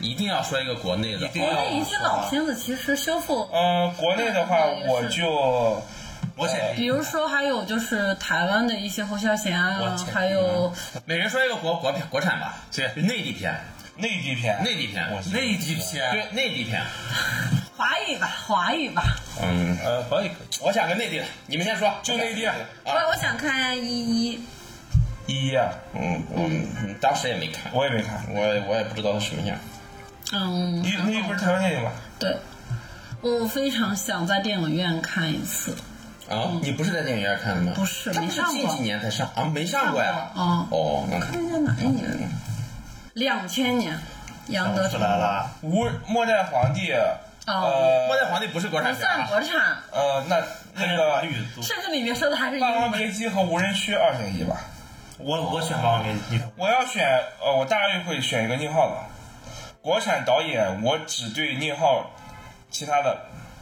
Speaker 2: 一定要说一个国内的，
Speaker 3: 国内一些老片子其实修复，
Speaker 4: 嗯、国内的话，
Speaker 3: 嗯
Speaker 4: 我就
Speaker 2: 我潜
Speaker 3: 比
Speaker 2: 力。
Speaker 3: 如说还有就是台湾的一些侯孝贤啊
Speaker 2: 我天，
Speaker 3: 还有
Speaker 2: 每人说一个国国片国产吧，对，内地片，
Speaker 4: 内地片，
Speaker 2: 内地片
Speaker 4: 哎我，
Speaker 2: 内地片，对，内地片。
Speaker 3: 华语吧，华语吧。
Speaker 2: 嗯，
Speaker 4: 呃，可以，
Speaker 2: 我想个内地的，你们先说，
Speaker 4: 就内地。
Speaker 3: 我
Speaker 2: 啊
Speaker 3: 我想看一一，
Speaker 4: 一啊，
Speaker 2: 嗯，我嗯当时也没看，
Speaker 4: 我也没看，
Speaker 2: 我我也不知道它什么样。啊
Speaker 3: 嗯，
Speaker 4: 一那一不是台湾电影吗？
Speaker 3: 对，我非常想在电影院看一次，
Speaker 4: 嗯
Speaker 2: 啊，你不是在电影院看的吗？
Speaker 3: 不是
Speaker 2: 它不
Speaker 3: 没
Speaker 2: 是
Speaker 3: 上
Speaker 2: 近
Speaker 3: 过
Speaker 2: 几年才上啊，没上过呀。
Speaker 3: 嗯
Speaker 2: 哦，那
Speaker 3: 看一下哪一年，两千年，杨德
Speaker 2: 出来了。
Speaker 4: 啊无末代皇帝，
Speaker 3: 哦，
Speaker 2: 末
Speaker 4: 呃
Speaker 2: 代皇帝不是国
Speaker 3: 不
Speaker 2: 产片
Speaker 3: 算
Speaker 2: 啊，
Speaker 3: 国产，
Speaker 4: 呃，那那个《
Speaker 3: 甚至里面说的还是
Speaker 4: 霸
Speaker 3: 英
Speaker 4: 王
Speaker 3: 文。
Speaker 4: 别姬》和《无人区》二选一吧。
Speaker 9: 我我选霸王别姬，
Speaker 4: 我要选，呃，我大约会选一个宁浩的。国产导演，我只对宁浩，其他的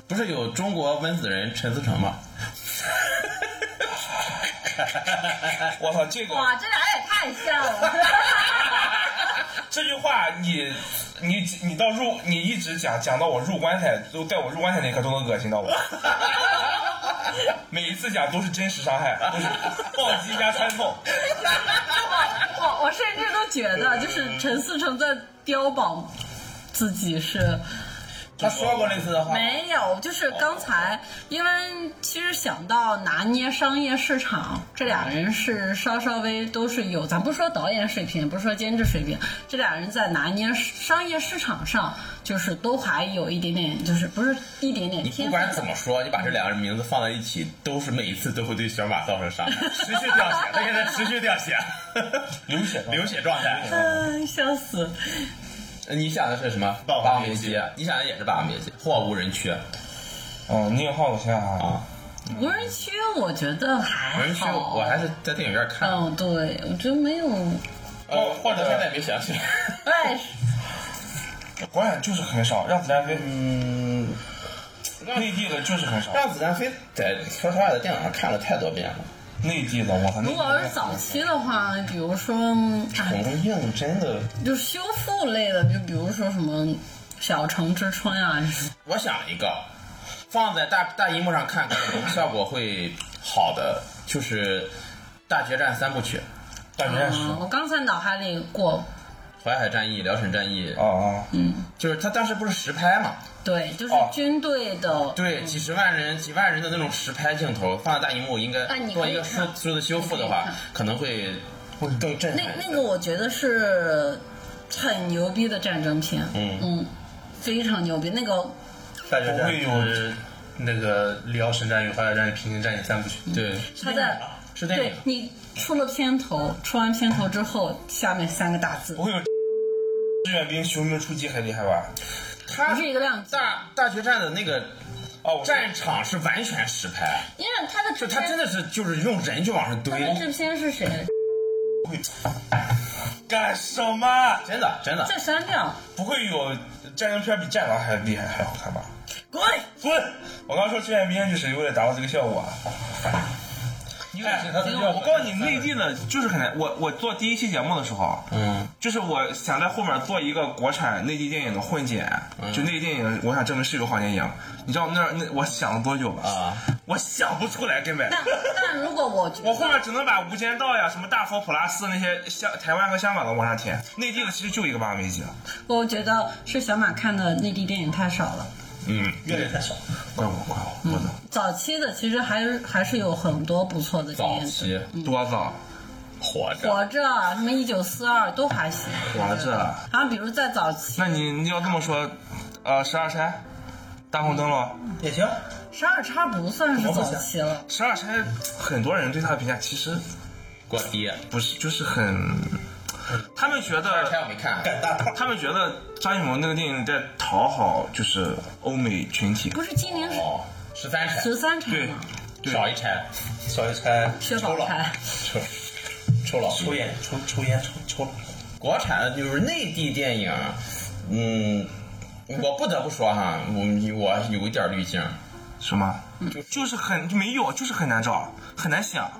Speaker 2: 不是有中国温子仁陈思诚吗？
Speaker 4: 我操，这个
Speaker 3: 哇，这俩也太像了。
Speaker 4: 这句话你，你你到入你一直讲讲到我入棺材，都在我入棺材那一刻都能恶 心到我。每一次讲都是真实伤害，都是暴击加穿透。
Speaker 3: 我我甚至都觉得，就是陈思诚在标榜自己是
Speaker 2: 他说过类似的话。
Speaker 3: 没有，就是刚才，因为其实想到拿捏商业市场，这俩人是稍稍微都是有，咱不说导演水平，不是说监制水平，这俩人在拿捏商业市场上，就是都还有一点点，就是不是一点点
Speaker 2: 你
Speaker 3: 天
Speaker 2: 不
Speaker 3: 赋。
Speaker 2: 管怎么说，你把这两个人名字放在一起，都是每一次都会对小马造成伤 害，持续
Speaker 4: 啊
Speaker 2: 掉血，那个是持续掉血，
Speaker 4: 流血
Speaker 2: 流血状态。呃
Speaker 3: 嗯，笑死！
Speaker 2: 你想的是什么？
Speaker 9: 霸王
Speaker 2: 王
Speaker 9: 别
Speaker 2: 别
Speaker 9: 姬
Speaker 2: 姬，你想的也是霸王别姬或无人区
Speaker 4: 嗯，宁浩，我想想啊，
Speaker 2: 啊？
Speaker 3: 无人区我觉得还
Speaker 2: 无
Speaker 3: 好，
Speaker 2: 人区，我还是在电影院看。
Speaker 3: 嗯，对，我觉得没有，
Speaker 2: 哦，或者现在没想起来。
Speaker 3: 哎，
Speaker 4: 国产就是很少，让子弹飞，
Speaker 2: 嗯，
Speaker 4: 内地的就是很少，
Speaker 2: 让子弹飞在说实话，在电影上看了太多遍了。
Speaker 4: 内地的我操。
Speaker 3: 如果要是早期的话，比如说，嗯哎
Speaker 2: 重映真的，
Speaker 3: 就修复类的，就比如说什么《小城之春》啊，
Speaker 2: 我想了一个，放在大大荧幕上看，可能效果会好的，就是《大决战》三部曲，
Speaker 4: 大学
Speaker 2: 啊
Speaker 4: 战士，
Speaker 3: 嗯，我刚才脑海里过，嗯
Speaker 2: 淮海战役、辽沈战役，
Speaker 4: 啊啊，
Speaker 2: 就是他当时不是实拍嘛？
Speaker 3: 对，就是
Speaker 4: 哦
Speaker 3: 军队的，
Speaker 2: 对，几十万人、几万人的那种实拍镜头，放在大荧幕应该
Speaker 3: 那啊你可以
Speaker 2: 做一个
Speaker 3: 看
Speaker 2: 数数字修复的
Speaker 3: 你可
Speaker 2: 话
Speaker 3: 以，
Speaker 2: 可能会更震
Speaker 3: 那
Speaker 2: 撼。
Speaker 3: 那个我觉得是很牛逼的战争片，
Speaker 2: 嗯
Speaker 3: 嗯，非常牛逼，那个
Speaker 9: 大决
Speaker 4: 不
Speaker 9: 战
Speaker 4: 会有
Speaker 9: 就是那个辽沈战役、淮海战役、平津战役三部曲。
Speaker 2: 对，
Speaker 3: 他在。
Speaker 2: 是电
Speaker 3: 嗯对
Speaker 2: 影。
Speaker 3: 你出了片头，出完片头之后，下面三个大字
Speaker 2: 哦
Speaker 4: 不，会有志愿兵雄兵出击很厉害吧？
Speaker 2: 他
Speaker 3: 不是一个量级，
Speaker 2: 大大决战的那个
Speaker 4: 啊，我
Speaker 2: 战场是完全实拍，
Speaker 3: 因为他的
Speaker 2: 就
Speaker 3: 制
Speaker 2: 他真
Speaker 3: 片，
Speaker 2: 的是就是用人就往上堆，
Speaker 3: 他的制片是谁？
Speaker 4: 干什么？
Speaker 2: 真的真的
Speaker 3: 再删掉，
Speaker 4: 不会有战争片比战狼还厉害还好看吧？
Speaker 3: 滚！
Speaker 4: 滚！我刚说志愿兵就是为了达到这个效果。啊哎，我告诉你，内地的就是很难。我我做第一期节目的时候，嗯，就是我想在后面做一个国产内地电影的混剪，就内地电影，我想证明是一个好电影。你知道那那我想了多久吗？
Speaker 2: 啊！
Speaker 4: 我想不出来，根本。
Speaker 3: 但但如果我觉
Speaker 4: 我后面只能把《无间道》呀、什么《大佛普拉斯》那些香台湾和香港的往上填，内地的其实就一个《霸王别姬》。
Speaker 3: 我觉得是小马看的内地电影太少了。
Speaker 4: 嗯，
Speaker 9: 越来越少。
Speaker 4: 怪我，怪我，我的
Speaker 3: 早期的其实还是还是有很多不错的
Speaker 2: 早
Speaker 3: 电影，
Speaker 2: 期
Speaker 4: 多啊早
Speaker 2: 活着，
Speaker 3: 活着啊什么一九四二都还行。
Speaker 4: 活着。
Speaker 3: 然后比如在早期
Speaker 4: 那你你要这么说，呃，十二钗，大红灯笼，
Speaker 9: 也行，
Speaker 3: 十二叉不算是早期了，
Speaker 4: 十二钗很多人对他的评价其实
Speaker 2: 过低。
Speaker 4: 不是，就是很，他们觉
Speaker 2: 这片
Speaker 4: 得。
Speaker 2: 我没看，
Speaker 9: 敢大炮。
Speaker 4: 他们觉得张艺谋那个电影在讨好就是欧美群体，
Speaker 2: 嗯
Speaker 3: 不是今年是
Speaker 2: 哦，十三拆，
Speaker 3: 十三拆
Speaker 4: 对
Speaker 3: 嘛，
Speaker 2: 少一拆，
Speaker 9: 小一拆
Speaker 3: 薛
Speaker 9: 抽
Speaker 3: 宝
Speaker 9: 了，
Speaker 3: 钗，
Speaker 2: 抽抽老
Speaker 9: 抽烟抽抽烟抽抽了，
Speaker 2: 国产的就是内地电影，嗯，我不得不说哈，我我有一点滤镜，
Speaker 4: 什么？
Speaker 2: 嗯
Speaker 4: 就是很就没有，就是很难找，很难想。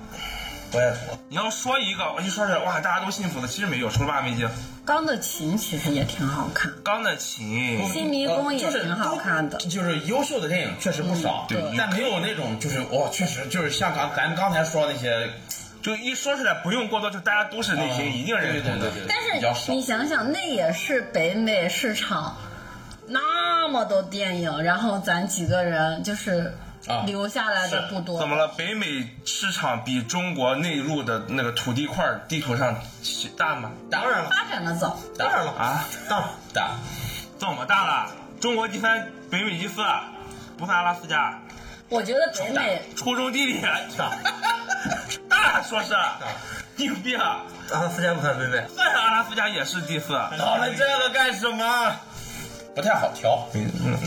Speaker 9: 我也说
Speaker 4: 你要说一个，我就说是哇，大家都幸福的，其实没有，除了《爸爸没接》，
Speaker 2: 嗯
Speaker 3: 钢的琴其实也挺好看，
Speaker 4: 《钢的琴》
Speaker 2: 嗯
Speaker 3: 新迷宫也
Speaker 2: 呃就是
Speaker 3: 挺好看的。嗯
Speaker 2: 就是优秀的电影确实不少，
Speaker 4: 对
Speaker 2: 但没有那种就是哇，确实就是像刚咱们刚才说的那些，
Speaker 4: 就一说出来不用过多，就大家都是那些一定认同的。
Speaker 2: 哦对
Speaker 3: 但
Speaker 2: 比 较少
Speaker 3: 是你想想，那也是北美市场那么多电影，然后咱几个人就是
Speaker 2: 啊
Speaker 3: 留下来的不多。
Speaker 4: 怎么了？北美市场比中国内陆的那个土地块儿地图上起大吗？
Speaker 2: 当然了，
Speaker 3: 发展的早，
Speaker 2: 当然了，
Speaker 4: 啊，
Speaker 2: 当然大，
Speaker 4: 这么大了？中国第三，北美第四，不算阿拉斯加。
Speaker 3: 我觉得北美
Speaker 4: 初中地理， 大说是，你有病啊！
Speaker 9: 阿拉斯加不算北美，
Speaker 4: 算上阿拉斯加也是第四。
Speaker 2: 搞了这个干什么？不太好调，
Speaker 4: 嗯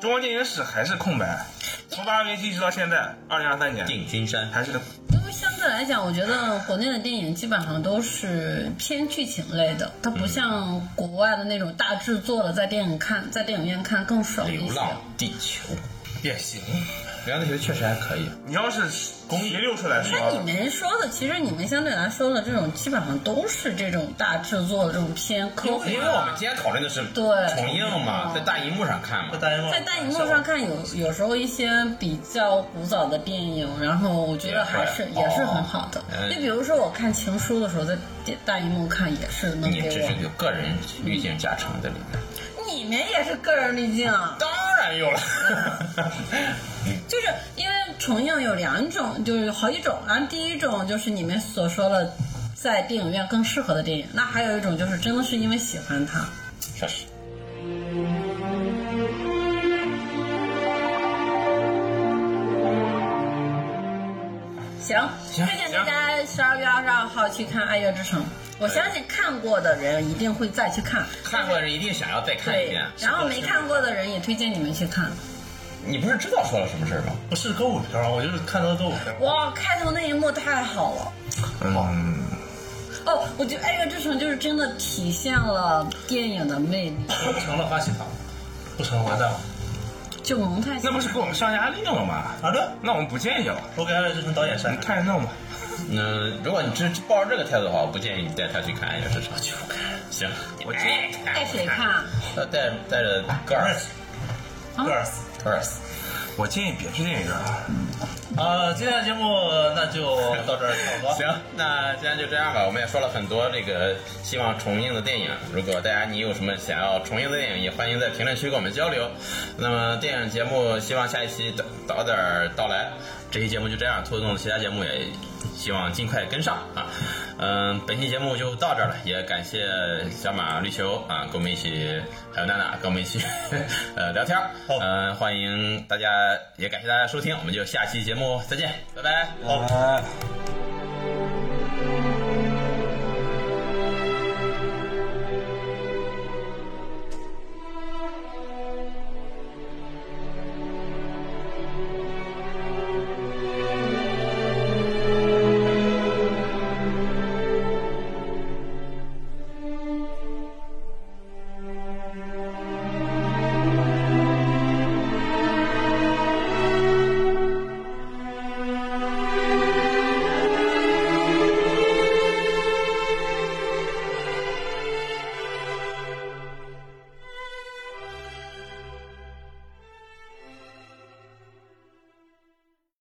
Speaker 4: 中国电影史还是空白，从八维基一直到现在，二零二三年
Speaker 2: 定军山
Speaker 4: 还是个
Speaker 3: 因为相对来讲，我觉得国内的电影基本上都是偏剧情类的，它不像国外的那种大制作的，在电影看，在电影院看更爽一
Speaker 2: 流
Speaker 3: 些。
Speaker 2: 浪地球也行，流浪地球确实还可以，
Speaker 4: 你要是公一溜出来
Speaker 3: 那你
Speaker 4: 说，
Speaker 3: 们说的，其实你们相对来说的这种，基本上都是这种大制作的这种偏科幻啊。
Speaker 2: 因为我们今天讨论的是
Speaker 3: 对
Speaker 2: 重映嘛，在大荧幕上看嘛
Speaker 9: 在，大荧幕
Speaker 3: 在大荧幕上看有有时候一些比较古早的电影，然后我觉得还哦呃是
Speaker 2: 也会
Speaker 3: 也是很好的
Speaker 2: 嗯。
Speaker 3: 就比如说我看《情书》的时候，在电大荧幕看也是能
Speaker 2: 你
Speaker 3: 给
Speaker 2: 这
Speaker 3: 我
Speaker 2: 是。有个人滤镜加成在里面，
Speaker 3: 你们也是个人滤镜啊，
Speaker 2: 当然 有了，嗯
Speaker 3: 就是因为重映有两种，就是好几种。然后第一种就是你们所说的在电影院更适合的电影，那还有一种就是真的是因为喜欢它。
Speaker 2: 确实。
Speaker 3: 行，推荐大家十二月二十二号去看《爱乐之城》，我相信看过的人一定会再去看。
Speaker 2: 看过的人一定想要再看一遍。
Speaker 3: 然后没看过的人也推荐你们去看。
Speaker 2: 你不是知道说了什么事儿吗？
Speaker 9: 不是歌舞片儿，我就是看到歌舞片儿。
Speaker 3: 哇，开头那一幕太好了！
Speaker 4: 嗯，
Speaker 3: 哦，我觉得《爱乐之城》就是真的体现了电影的魅力，
Speaker 9: 不成了发喜糖，不成完蛋了。
Speaker 3: 就蒙太奇
Speaker 4: 那。不是给我们上压力了吗？
Speaker 9: 好的，
Speaker 4: 那我们不建议了，
Speaker 9: 我给艾瑞这成导演删
Speaker 4: 你。看着弄吧。
Speaker 2: 嗯，如果你这抱着这个态度的话，我不建议你带他去看《爱乐之城》。去看。行，我爱
Speaker 3: 带谁看？啊？
Speaker 2: 要带带着戈尔斯，
Speaker 9: 戈尔斯。
Speaker 2: 戈尔斯，
Speaker 4: 我建议别去电影院了。
Speaker 9: 啊，今天的节目那就到这儿差不多。
Speaker 2: 行，那今天就这样吧。我们也说了很多这个希望重映的电影，如果大家你有什么想要重映的电影，也欢迎在评论区跟我们交流。那么电影节目希望下一期早早点儿到来。这期节目就这样，兔子洞的其他节目也希望尽快跟上啊。嗯，本期节目就到这儿了，也感谢小马、绿球啊，跟我们一起，还有娜娜跟我们一起 呃聊天儿。
Speaker 9: 好
Speaker 2: 嗯、欢迎大家，也感谢大家收听，我们就下期节目再见，拜拜。
Speaker 9: 好。